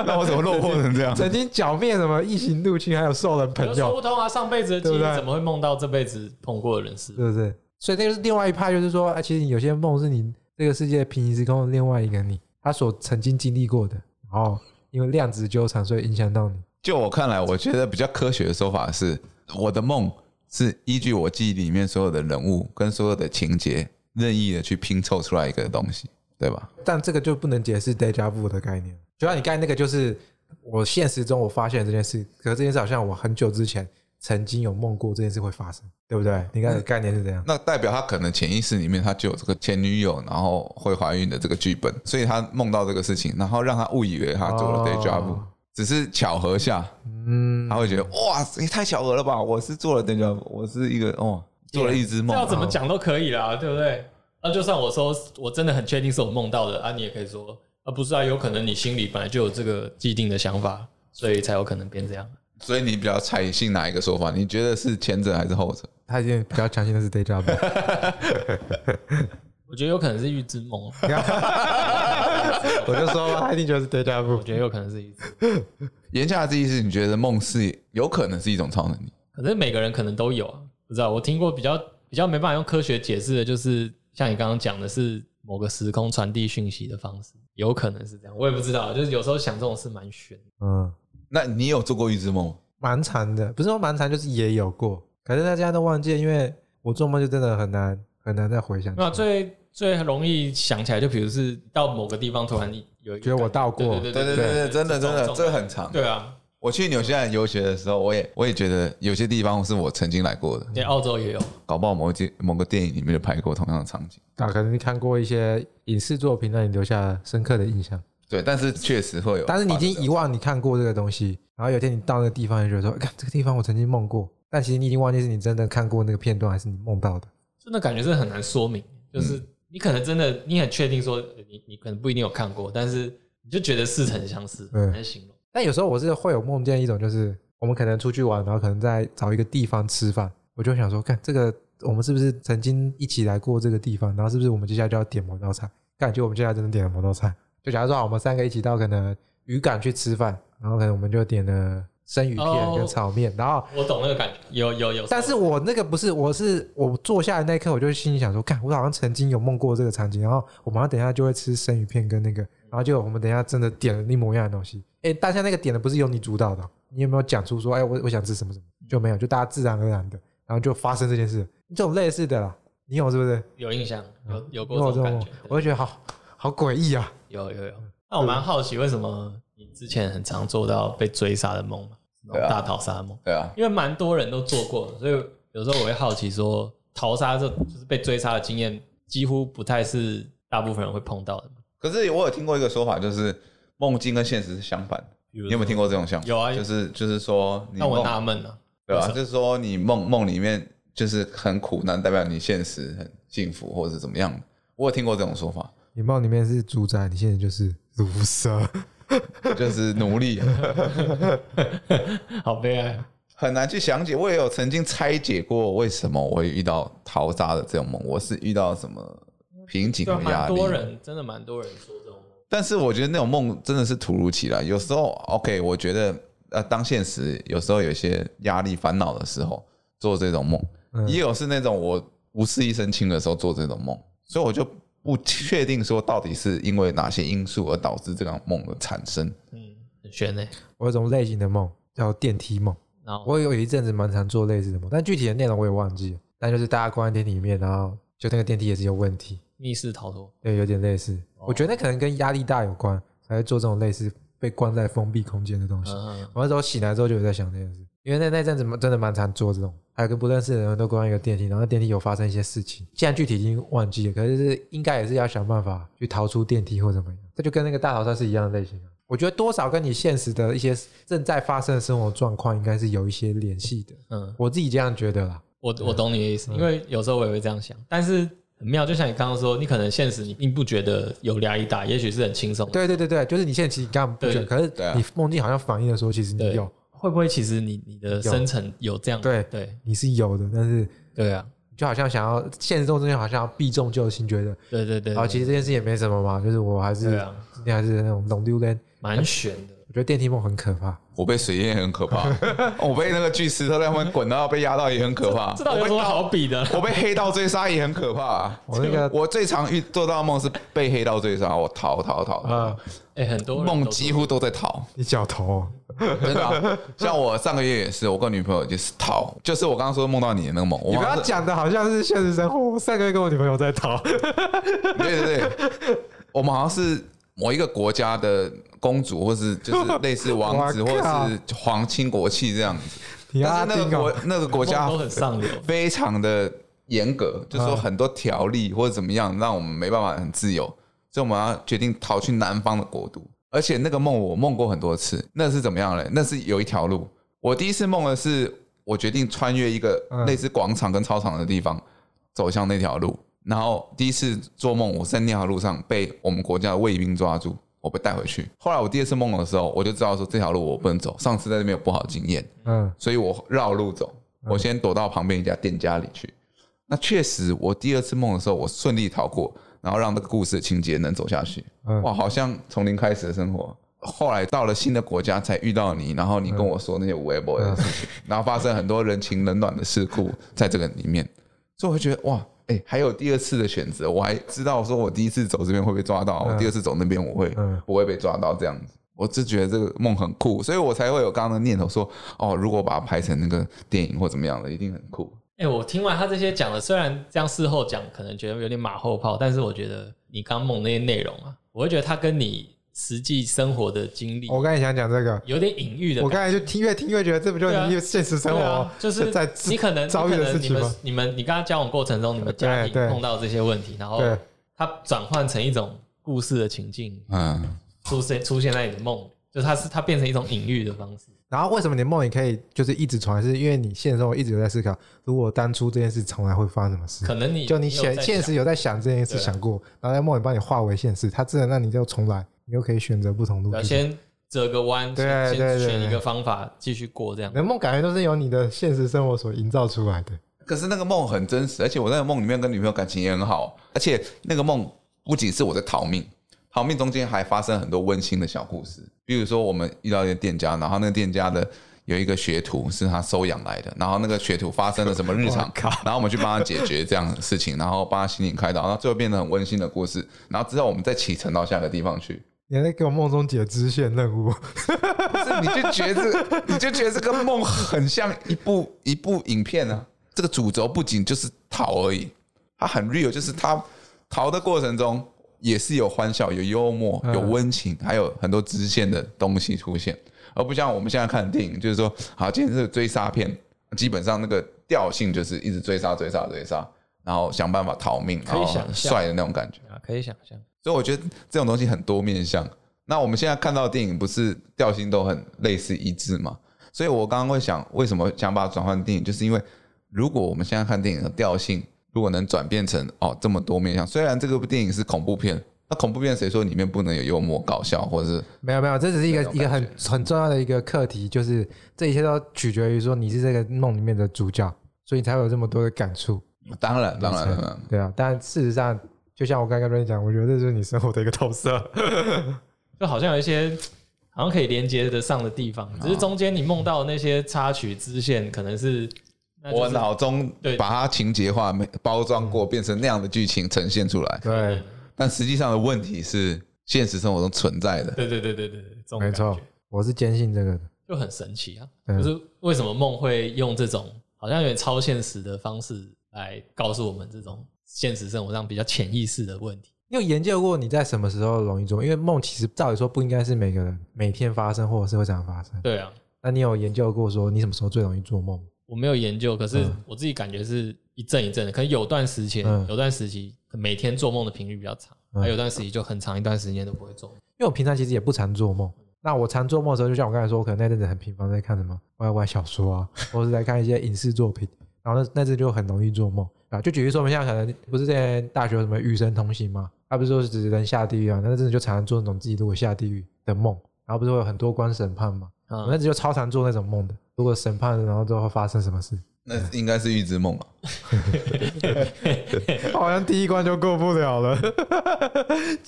S3: 那我怎么落魄成这样？
S2: 曾经剿灭什么异形入侵，还有兽人
S1: 我就
S2: 朋
S1: 说
S2: 友，
S1: 不通啊！上辈子的记
S2: 对不对
S1: 忆怎么会梦到这辈子碰过的人事？
S2: 对不对？所以那就是另外一派，就是说，啊，其实有些梦是你这个世界平行时空的另外一个你，他所曾经经历过的，然后因为量子纠缠，所以影响到你。
S3: 就我看来，我觉得比较科学的说法是，我的梦是依据我记忆里面所有的人物跟所有的情节，任意的去拼凑出来一个东西，对吧？
S2: 但这个就不能解释 deja vu 的概念。就像你刚才那个，就是我现实中我发现这件事，可是这件事好像我很久之前曾经有梦过这件事会发生，对不对？你看的概念是这样。
S3: 那代表他可能潜意识里面他就有这个前女友，然后会怀孕的这个剧本，所以他梦到这个事情，然后让他误以为他做了 day job，、
S2: 哦
S3: 只是巧合下，
S2: 嗯
S3: 他，会觉得哇，也太巧合了吧！我是做了 day job，我是一个哦，做了一只
S1: 这
S3: 梦嗯
S1: 要，怎么讲都可以啦，对不对？那就算我说我真的很确定是我梦到的啊，你也可以说啊，不是啊，有可能你心里本来就有这个既定的想法，所以才有可能变这样。
S3: 所以你比较采信哪一个说法？你觉得是前者还是后者？
S2: 他已经比较相信的是 deja vu。
S1: 我觉得有可能是预知梦，
S2: 我就说吧，他一定觉得是 deja
S1: 我
S2: vu。
S1: 觉得有可能是预知，
S3: 言下之意是，你觉得梦是有可能是一种超能力？
S1: 可是每个人可能都有啊，不知道。我听过比较比较没办法用科学解释的，就是像你刚刚讲的是某个时空传递讯息的方式，有可能是这样，我也不知道。就是有时候想这种事蛮悬的，
S2: 嗯，
S3: 那你有做过预知梦吗？
S2: 蛮长的，不是说蛮长，就是也有过。可是大家都忘记了，因为我做梦就真的很难很难再回想起
S1: 那
S2: 来。
S1: 最最容易想起来，就比如是到某个地方突然有一个
S2: 觉得我到过
S1: 对
S3: 对对对对，真的真的，这很长。
S1: 对啊，
S3: 我去纽西兰游学的时候，我也我也觉得有些地方是我曾经来过的，
S1: 对，澳洲也有，
S3: 搞不好某一某个电影里面就拍过同样的场景。
S2: 啊，可能你看过一些影视作品，让你留下深刻的印象。
S3: 对，但是确实会有发生
S2: 但是
S3: 这种。
S2: 你已经遗忘你看过这个东西，然后有一天你到那个地方，你就觉得说，看这个地方我曾经梦过，但其实你已经忘记是你真的看过那个片段，还是你梦到的。
S1: 真的感觉是很难说明，就是你可能真的你很确定说呃你你可能不一定有看过，但是你就觉得似曾相识，
S2: 嗯
S1: 很难形容。
S2: 但有时候我是会有梦见一种，就是我们可能出去玩，然后可能在找一个地方吃饭，我就想说，看这个我们是不是曾经一起来过这个地方，然后是不是我们接下来就要点某道菜？感觉我们接下来真的点了某道菜。就假如说好我们三个一起到可能渔港去吃饭，然后可能我们就点了生鱼片跟
S1: 哦
S2: 炒面，然后
S1: 我懂那个感觉，有有有，
S2: 但是我那个不是，我是我坐下来那一刻，我就心里想说，看我好像曾经有梦过这个场景，然后我马上等一下就会吃生鱼片跟那个，然后就我们等一下真的点了一模一样的东西。哎，当下那个点的不是由你主导的哦，你有没有讲出说，哎，我我想吃什么什么，就没有，就大家自然而然的，然后就发生这件事，这种类似的啦，你有是不是？
S1: 有印象，有有
S2: 你
S1: 过这种感
S2: 梦
S1: 觉，
S2: 我就觉得好好诡异啊。
S1: 有有有。那我蛮好奇，为什么你之前很常做到被追杀的梦嘛，那
S3: 对啊
S1: 种大逃杀的梦？
S3: 对啊，
S1: 因为蛮多人都做过的，所以有时候我会好奇说，逃杀这就是被追杀的经验，几乎不太是大部分人会碰到的嘛。
S3: 可是我有听过一个说法，就是梦境跟现实是相反的。
S1: 比如
S3: 你
S1: 说
S3: 有没有听过这种想法？
S1: 有啊有
S3: 就是就是说你
S1: 那我纳
S3: 梦
S1: 闷了，
S3: 对吧、
S1: 为什么
S3: 就是说你梦梦里面就是很苦难，代表你现实很幸福，或者是怎么样的。我有听过这种说法，
S2: 你梦里面是主宰，你现在就是卢蛇。
S3: 就是奴隶
S1: 好悲哀啊。
S3: 很难去详解。我也有曾经拆解过，为什么我会遇到逃杀的这种梦？我是遇到什么瓶颈
S1: 对啊，
S3: 和压
S1: 蛮
S3: 力？
S1: 多人真的蛮多人做这种梦，
S3: 但是我觉得那种梦真的是突如其来，有时候 OK，我觉得呃，当现实有时候有一些压力、烦恼的时候做这种梦，
S2: 嗯
S3: 也有是那种我无事一身轻的时候做这种梦，所以我就不确定说到底是因为哪些因素而导致这样梦的产生。
S1: 嗯，很悬呢、
S2: 我有一种类型的梦叫电梯梦。
S1: 然后
S2: 我有一阵子蛮常做类似的梦，但具体的内容我也忘记了。但就是大家关在电梯里面，然后就那个电梯也是有问题，
S1: 密室逃脱，
S2: 对，有点类似。我觉得那可能跟压力大有关，才会做这种类似被关在封闭空间的东西。
S1: 嗯，
S2: 我那时候醒来之后就有在想这件事，因为那那阵子真的蛮常做这种，还有跟不认识的人都关在一个电梯，然后电梯有发生一些事情，现在具体已经忘记了，可是是应该也是要想办法去逃出电梯或怎么样，这就跟那个大逃杀是一样的类型啊。我觉得多少跟你现实的一些正在发生的生活状况应该是有一些联系的，
S1: 嗯，
S2: 我自己这样觉得啦。
S1: 我我懂你的意思，因为有时候我也会这样想，但是很妙，就像你刚刚说，你可能现实你并不觉得有压力大，也许是很轻松的，
S2: 对对对对，就是你现在其实你干不觉
S1: 对
S2: 得，可是
S3: 对啊
S2: 你梦境好像反映的时候，其实你
S1: 对
S2: 有，
S1: 会不会其实你你的深层有这样
S2: 对
S1: 对
S2: 你是有的，但是
S1: 对啊，
S2: 就好像想要现实中中间好像要避重就轻，觉得
S1: 对对对，
S2: 然后其实这件事也没什么嘛，就是我还是
S1: 对啊，
S2: 今天还是那种龙溜人。
S1: 蛮悬的。
S2: 我觉得电梯梦很可 怕，
S3: 我被水淹也很可怕，哦我被那个巨石头在外面滚到被压到也很可 怕，
S1: 这到底有什么好比的？
S3: 我被黑道追杀也很可怕、
S2: 我那个
S3: 我最常遇做到的梦是被黑道追杀，我逃逃逃，
S2: 啊，
S1: 哎，很多人都
S3: 梦几乎都在逃。
S2: 你脚头哦
S3: 真的啊、像我上个月也是，我跟女朋友就是逃，就是我刚刚说梦到你的那个梦，
S1: 啊
S3: 我
S2: 你不
S3: 好
S2: 要
S3: 像是，
S2: 讲的好像是现实生活。我上个月跟我女朋友在 逃，
S3: 对对对，我们好像是某一个国家的公主，或是就是类似王子，
S2: 哇
S3: 或
S2: 靠
S3: 是皇亲国戚这样子。
S2: 你阿
S3: 但是那
S2: 丁
S3: 个国
S2: 哦，
S3: 那个国家
S1: 梦都很上流，
S3: 非常的严格，就是说
S2: 嗯
S3: 很多条例或者怎么样，让我们没办法很自由，所以我们要决定逃去南方的国度。而且那个梦我梦过很多次，那是怎么样嘞？那是有一条路。我第一次梦的是，我决定穿越一个
S2: 嗯
S3: 类似广场跟操场的地方，走向那条路。然后第一次做梦，我在那条路上被我们国家的卫兵抓住，我被带回去。后来我第二次梦的时候，我就知道说这条路我不能走，上次在那边有不好的经验，
S2: 嗯，
S3: 所以我绕路走，我先躲到旁边一家店家里去。那确实，我第二次梦的时候，我顺利逃过，然后让这个故事的情节能走下去
S2: 嗯。
S3: 哇，好像从零开始的生活。后来到了新的国家才遇到你，然后你
S2: 嗯
S3: 跟我说那些无微博的事情，然后发生很多人情冷暖的事故在这个里面，所以我会觉得哇，哎、还有第二次的选择，我还知道说我第一次走这边会被抓到，我第二次走那边我会
S2: 嗯
S3: 不会被抓到这样子。我就觉得这个梦很酷，所以我才会有刚刚的念头说，哦，如果把它拍成那个电影或怎么样的，一定很酷。
S1: 哎、我听完他这些讲了，虽然这样事后讲可能觉得有点马后炮，但是我觉得你刚梦那些内容啊，我会觉得他跟你实际生活的经历，
S2: 我刚才想讲这个，
S1: 有点隐喻的
S2: 哦我
S1: 感觉。
S2: 刚才就听越听越觉得，这不就是
S1: 对啊
S2: 你现实生
S1: 对
S2: 活
S1: 啊、就是
S2: 在
S1: 你可能
S2: 遭遇的事情
S1: 你可
S2: 吗
S1: 能？你们你们你跟他交往过程中，你们家庭
S2: 对对
S1: 碰到这些问题，然后
S2: 对
S1: 它转换成一种故事的情境，
S3: 嗯，
S1: 出现出现在你的梦里，就是它是它变成一种隐喻的方式。
S2: 然后为什么你的梦你可以就是一直重来？是因为你现实生活一直有在思考，如果当初这件事重来会发生什么事？
S1: 可能你
S2: 就
S1: 有
S2: 你现
S1: 在
S2: 现实有在想这件事
S1: 对啊
S2: 想过，然后在梦里帮你化为现实，它自然让你就重来，你又可以选择不同路
S1: 要
S2: 径。
S1: 先折个弯，
S2: 对
S1: 先
S2: 对
S1: 先
S2: 对
S1: 选一
S2: 对
S1: 个方法继续过这样
S2: 你。的梦感觉都是由你的现实生活所营造出来的。
S3: 可是那个梦很真实，而且我在梦里面跟女朋友感情也很好，而且那个梦不仅是我在逃命，逃命中间还发生很多温馨的小故事，比如说我们遇到一个店家，然后那个店家的。有一个学徒是他收养来的，然后那个学徒发生了什么日常，然后我们去帮他解决这样的事情，然后帮他心灵开导，然后最后变得很温馨的故事，然后之后我们再启程到下个地方去。
S2: 你还在给我梦中解支线任务，
S3: 这你就觉得，你就觉得这个梦很像一部一部影片啊。这个主轴不仅就是逃而已，它很 real，就是它逃的过程中也是有欢笑、有幽默、
S1: 嗯
S3: 有温情，还有很多支线的东西出现，而不像我们现在看的电影，就是说，好，今天是追杀片，基本上那个调性就是一直追杀、追杀、追杀，然后想办法逃命，
S1: 可
S3: 然
S1: 以
S3: 后
S1: 想象
S3: 帅的那种感觉。
S1: 啊，可以想象，
S3: 所以我觉得这种东西很多面向。那我们现在看到的电影不是调性都很类似一致嘛？所以我刚刚会想，为什么想把它转换电影，就是因为如果我们现在看电影的调性，如果能转变成哦这么多面向，虽然这个部电影是恐怖片，那恐怖片谁说里面不能有幽默、搞笑，或者是
S2: 没有没有，这只是一个
S3: 这种
S2: 一个
S3: 感
S2: 很很重要的一个课题，就是这一切都取决于说你是这个梦里面的主角，所以你才会有这么多的感触。
S3: 当然当然
S2: 没错
S3: 当然，
S2: 对啊，但事实上，就像我刚刚跟你讲，我觉得这就是你生活的一个投射。
S1: 就好像有一些好像可以连接得上的地方，只是中间你梦到的那些插曲支线，可能是那就
S3: 我
S1: 是
S3: 脑中
S1: 对嗯
S3: 把它情节化、包装过，变成那样的剧情呈现出来，
S2: 对，
S3: 但实际上的问题是现实生活中存在的。
S1: 对对对对对对，这种
S2: 没
S1: 感
S2: 错
S1: 觉，
S2: 我是坚信这个的。
S1: 就很神奇啊！
S2: 嗯
S1: 就是为什么梦会用这种好像有点超现实的方式来告诉我们这种现实生活上比较潜意识的问题？
S2: 你有研究过你在什么时候容易做梦？因为梦其实照理说不应该是每个人每天发生，或者是会这样发生。
S1: 对啊，
S2: 那你有研究过说你什么时候最容易做梦？
S1: 我没有研究，可是
S2: 嗯
S1: 我自己感觉是一阵一阵的，可能有段时间、
S2: 嗯
S1: 有段时期每天做梦的频率比较长，
S2: 嗯
S1: 还有段时期就很长一段时间都不会做。
S2: 因为我平常其实也不常做梦。那我常做梦的时候，就像我刚才说，我可能那阵子很频繁在看什么 YY 小说啊，或者是在看一些影视作品，然后那那阵就很容易做梦啊。就举例说，我们现在可能不是在大学有什么与神同行吗？他不是说是只能下地狱啊？那阵子就常常做那种自己如果下地狱的梦，然后不是会有很多关审判吗？我
S1: 嗯，
S2: 那阵就超常做那种梦的。如果审判，然后之后会发生什么事？
S3: 那应该是预知梦了。 啊
S2: 好像第一关就过不了 了，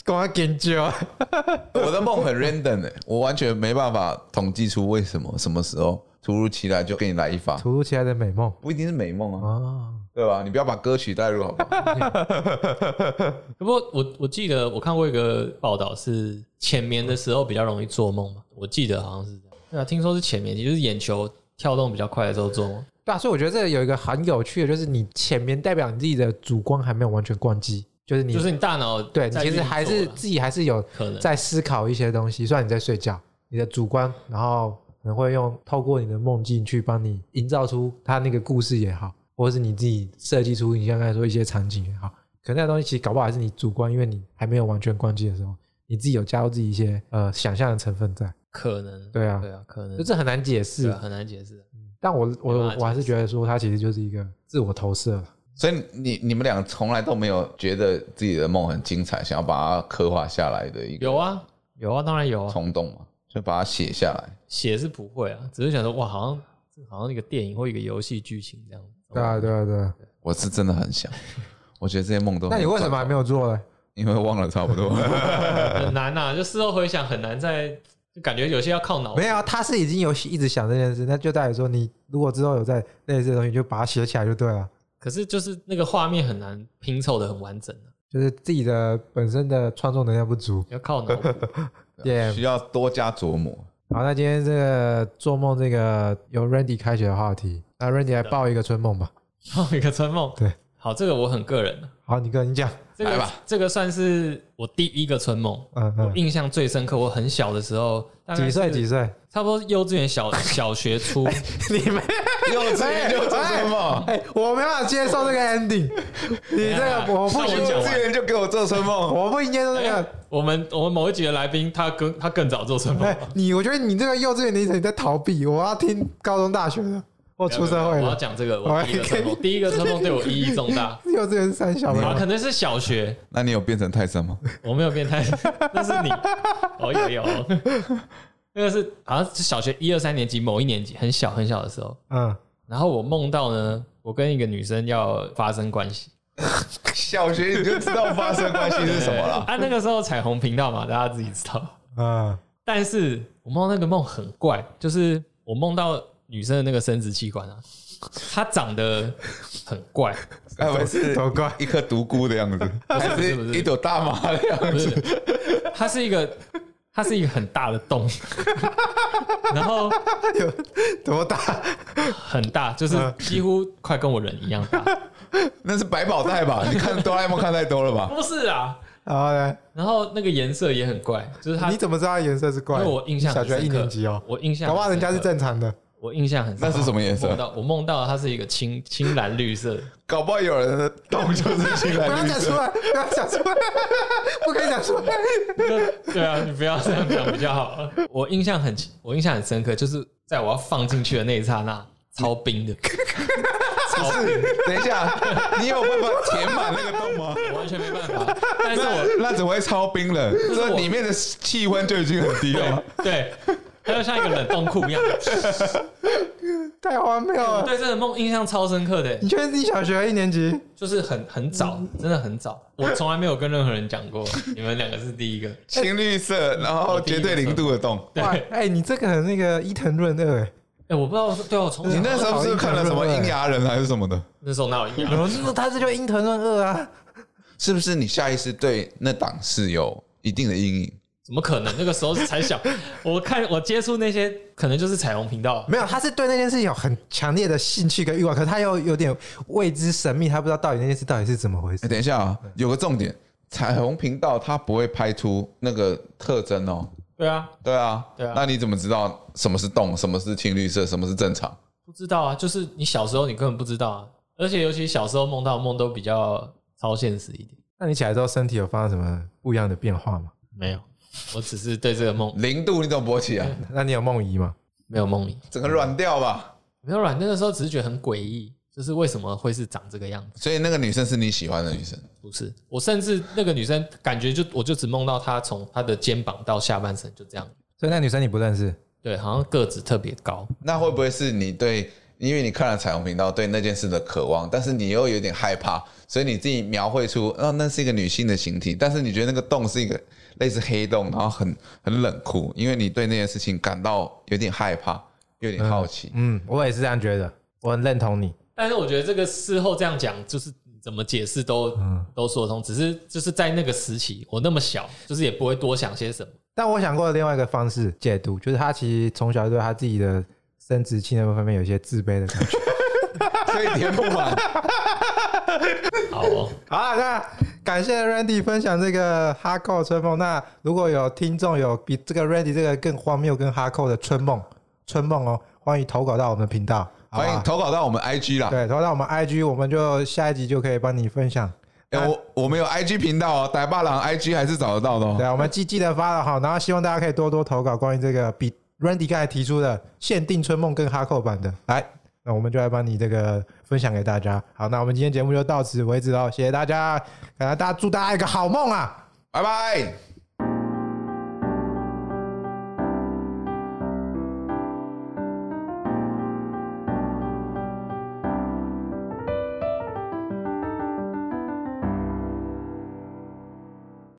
S2: 光紧张。
S3: 我的梦很 random 哎、我完全没办法统计出为什么什么时候突如其来就给你来一发，
S2: 突如其来的美梦
S3: 不一定是美梦啊，
S1: 哦
S2: 啊，
S3: 对吧？你不要把歌曲带入好不 好？
S1: 不过我我记得我看过一个报道，是浅眠的时候比较容易做梦嘛，我记得好像是这样。对啊，听说是浅眠，也就是眼球跳动比较快的时候做梦。
S2: 对啊，所以我觉得这个有一个很有趣的，就是你前面代表你自己的主观还没有完全关机，就是你
S1: 就是你大脑
S2: 对你
S1: 在
S2: 其
S1: 运
S2: 实
S1: 作
S2: 还是
S1: 啦
S2: 自己还是有
S1: 可能
S2: 在思考一些东西，虽然你在睡觉，你的主观然后可能会用透过你的梦境去帮你营造出它那个故事也好，或者是你自己设计出你像刚才说一些场景也好，可能那东西其实搞不好还是你主观，因为你还没有完全关机的时候，你自己有加入自己一些呃想象的成分在，
S1: 可能
S2: 对啊
S1: 对啊，可能
S2: 就这很难解释
S1: 对啊。很难解释。
S2: 但我
S1: 没
S2: 我
S1: 办法
S2: 我还是
S1: 解释
S2: 觉得说它其实就是一个自我投射了。
S3: 所以你你们俩从来都没有觉得自己的梦很精彩，想要把它刻画下来的一个
S1: 有啊，有啊，当然有啊。
S3: 冲动嘛，就把它写下来。
S1: 写是不会啊，只是想说哇，好像这好像一个电影或一个游戏剧情这样子。
S2: 对啊，对啊，对啊。
S3: 我是真的 很想，我觉得这些梦都很
S2: 那你为什么还
S3: 赚
S2: 没有做呢？
S3: 因为忘了差 不多，
S1: 很难呐、就事后回想很难再，就感觉有些要靠脑。
S2: 没有啊，他是已经有一直想这件事，那就代表说你如果之后有在类似的东西，你就把它写起来就对了。
S1: 可是就是那个画面很难拼凑的很完整、啊、
S2: 就是自己的本身的创作能量不足。
S1: 要 靠脑补。哦
S2: 对，
S3: 需要多加 琢磨。
S2: 好，那今天这个做梦这个由 Randy 开启的话题，那 Randy 来报一个春梦吧。
S1: 然后一个春梦，
S2: 对，
S1: 好，这个我很个人的，啊
S2: 好，你跟你讲，
S1: 这个
S3: 来吧
S1: 这个算是我第一个春梦，
S2: 嗯
S1: 我
S2: 嗯，
S1: 印象最深刻。我很小的时候，大概
S2: 几岁
S1: 是
S2: 几 岁？
S1: 差不多幼稚园小 小学初，
S2: 你们
S3: 幼稚园就做春梦，
S2: 哎，我没办法接受这 个 ending，你这个我不
S1: 那哎
S3: 幼
S1: 我讲
S3: 稚园就给我做春梦，
S2: 我不应该说这
S1: 哎
S2: 个。
S1: 我们我们某一集的来宾，他更他更早做春梦
S2: 哎，，你我觉得你这个幼稚园的意思你在逃避，我要听高中大学的或出社会
S1: 我要
S2: 的。
S1: 讲这个，我第一个春梦，第一个春梦对我意义重大。
S2: 幼稚园三小朋
S1: 啊，
S2: 友，
S1: 可能是小学，
S3: 那你有变成泰森吗？
S1: 我没有变态， 那是你，哦有有， 那个是好像是小学一二三年级某一年级，很小很小的时候，
S2: 嗯，
S1: 然后我梦到呢，我跟一个女生要发生关系，
S3: 小学你就知道发生关系是什么 了。
S1: 啊，那个时候彩虹频道嘛，大家自己知道。
S2: 啊，
S1: 但是我梦到那个梦很怪，就是我梦到女生的那个生殖器官啊， 它长得很怪，
S3: 该不会哎是
S2: 多怪
S3: 一颗独孤的样子，还是一朵大麻哎的样
S1: 不
S3: 子？
S1: 是，它是一个，它是一个很大的洞， 然后
S2: 多大？
S1: 很大，就是几乎快跟我人一样大，
S2: 嗯
S3: 那是百宝袋吧？你看哆啦 A 梦看太多了吧？
S1: 不是啊。
S2: 然后呢？
S1: 然后那个颜色也很怪，就是它
S2: 你，怎么知道它颜色是怪
S1: 因
S2: 的？
S1: 为我印象
S2: 小
S1: 很
S2: 学一
S1: 深刻
S2: 年级哦，
S1: 我印象
S2: 搞
S1: 很深刻，
S2: 不好人家是正常的。
S1: 我印象很深
S3: 那
S1: 刻，
S3: 是什么颜
S1: 梦
S3: 色？
S1: 到我梦到它是一个青青蓝绿色的，
S3: 搞不好有人的洞就是青
S2: 不要
S3: 蓝绿
S2: 讲出
S3: 色。
S2: 来，不要讲出 来，不可以讲出来。
S1: 对啊，你不要这样讲比较好。我印象很，我印象很深刻，就是在我要放进去的那一刹那，超 冰的，超冰，
S3: 等一下，你有办法填满那个洞 吗？
S1: 我完全没办法。但是我
S3: 那那只会超冰冷，
S1: 是我
S3: 这里面的气温就已经很低 了。
S1: 对对，它就像一个冷冻库一样。
S2: 太荒谬
S1: 我
S2: 了！
S1: 对这个梦印象超深刻的，欸
S2: 你确定你小学一年级？
S1: 就是很很早，真的很早，我从来没有跟任何人讲过，你们两个是第一个。
S3: 青绿色，然后绝对零度的洞。
S1: 对
S2: 哇，哎、你这个很那个伊藤润二、欸，
S1: 哎，我不知道，对我从
S3: 你
S1: 小
S3: 那时候是不是看了什么《阴阳人》还是什么的？
S1: 那时候哪有阴
S2: 然
S1: 阳？
S2: 后那他这就伊藤润二啊，
S3: 是不是你下意识对那档是有一定的阴影？
S1: 怎么可能？那个时候才小，我看我接触那些可能就是彩虹频道，
S2: 没有，他是对那件事情有很强烈的兴趣跟欲望，可是他又有点未知神秘，他不知道到底那件事到底是怎么回
S3: 哎，
S2: 事。
S3: 等一下啊，有个重点，彩虹频道它不会拍出那个特征哦。
S1: 对啊，
S3: 对啊，
S1: 对啊
S3: 那你怎么知道什么是洞，什么是青绿色，什么是正常？
S1: 不知道啊，就是你小时候你根本不知道啊，而且尤其小时候梦到的梦都比较超现实一点。
S2: 那你起来之后身体有发生什么不一样的变化吗？
S1: 没有，嗯我只是对这个梦
S3: 零度你怎么勃起啊？
S2: 那你有梦遗吗？
S1: 没有梦遗，
S3: 整个软掉吧。
S1: 没有软。那个时候只是觉得很诡异，就是为什么会是长这个样子？
S3: 所以那个女生是你喜欢的女生，
S1: 不是，我甚至那个女生感觉就我就只梦到她从她的肩膀到下半身就这样，
S2: 所以那女生你不认识，
S1: 对，好像个子特别高，
S3: 那会不会是你对？因为你看了彩虹频道，对那件事的渴望，但是你又有点害怕，所以你自己描绘出，啊，那是一个女性的形体，但是你觉得那个洞是一个类似黑洞，然后很很冷酷，因为你对那件事情感到有点害怕，有点好奇。
S2: 嗯，我也是这样觉得，我很认同你。
S1: 但是我觉得这个事后这样讲，就是怎么解释都、都说得通，只是就是在那个时期，我那么小，就是也不会多想些什么。
S2: 但我想过另外一个方式解读，就是他其实从小对他自己的生殖器那方面有一些自卑的感 觉。
S3: 所以填不满，
S1: 好哦，
S2: 好啊，那感谢 Randy 分享这个哈扣春梦。那如果有听众有比这个 Randy 这个更荒谬、更哈扣的春梦，春梦哦，欢迎投稿到我们的频道，好
S3: 欢
S2: 不
S3: 迎
S2: 好？
S3: 投稿到我们 IG 啦。
S2: 对，投到我们 IG，我们就下一集就可以帮你分享。
S3: 哎、我我们有 IG 频道哦，呆霸郎 IG 还是找得到的、
S2: 对
S3: 哦。
S2: 啊，我们记记得发了哈，然后希望大家可以多多投稿关于这个比 Randy 刚才提出的限定春梦更哈扣版的，来，那我们就来帮你这个分享给大家。好，那我们今天节目就到此为止喽，谢谢大家，感谢大家，祝大家一个好梦啊！
S3: 拜拜。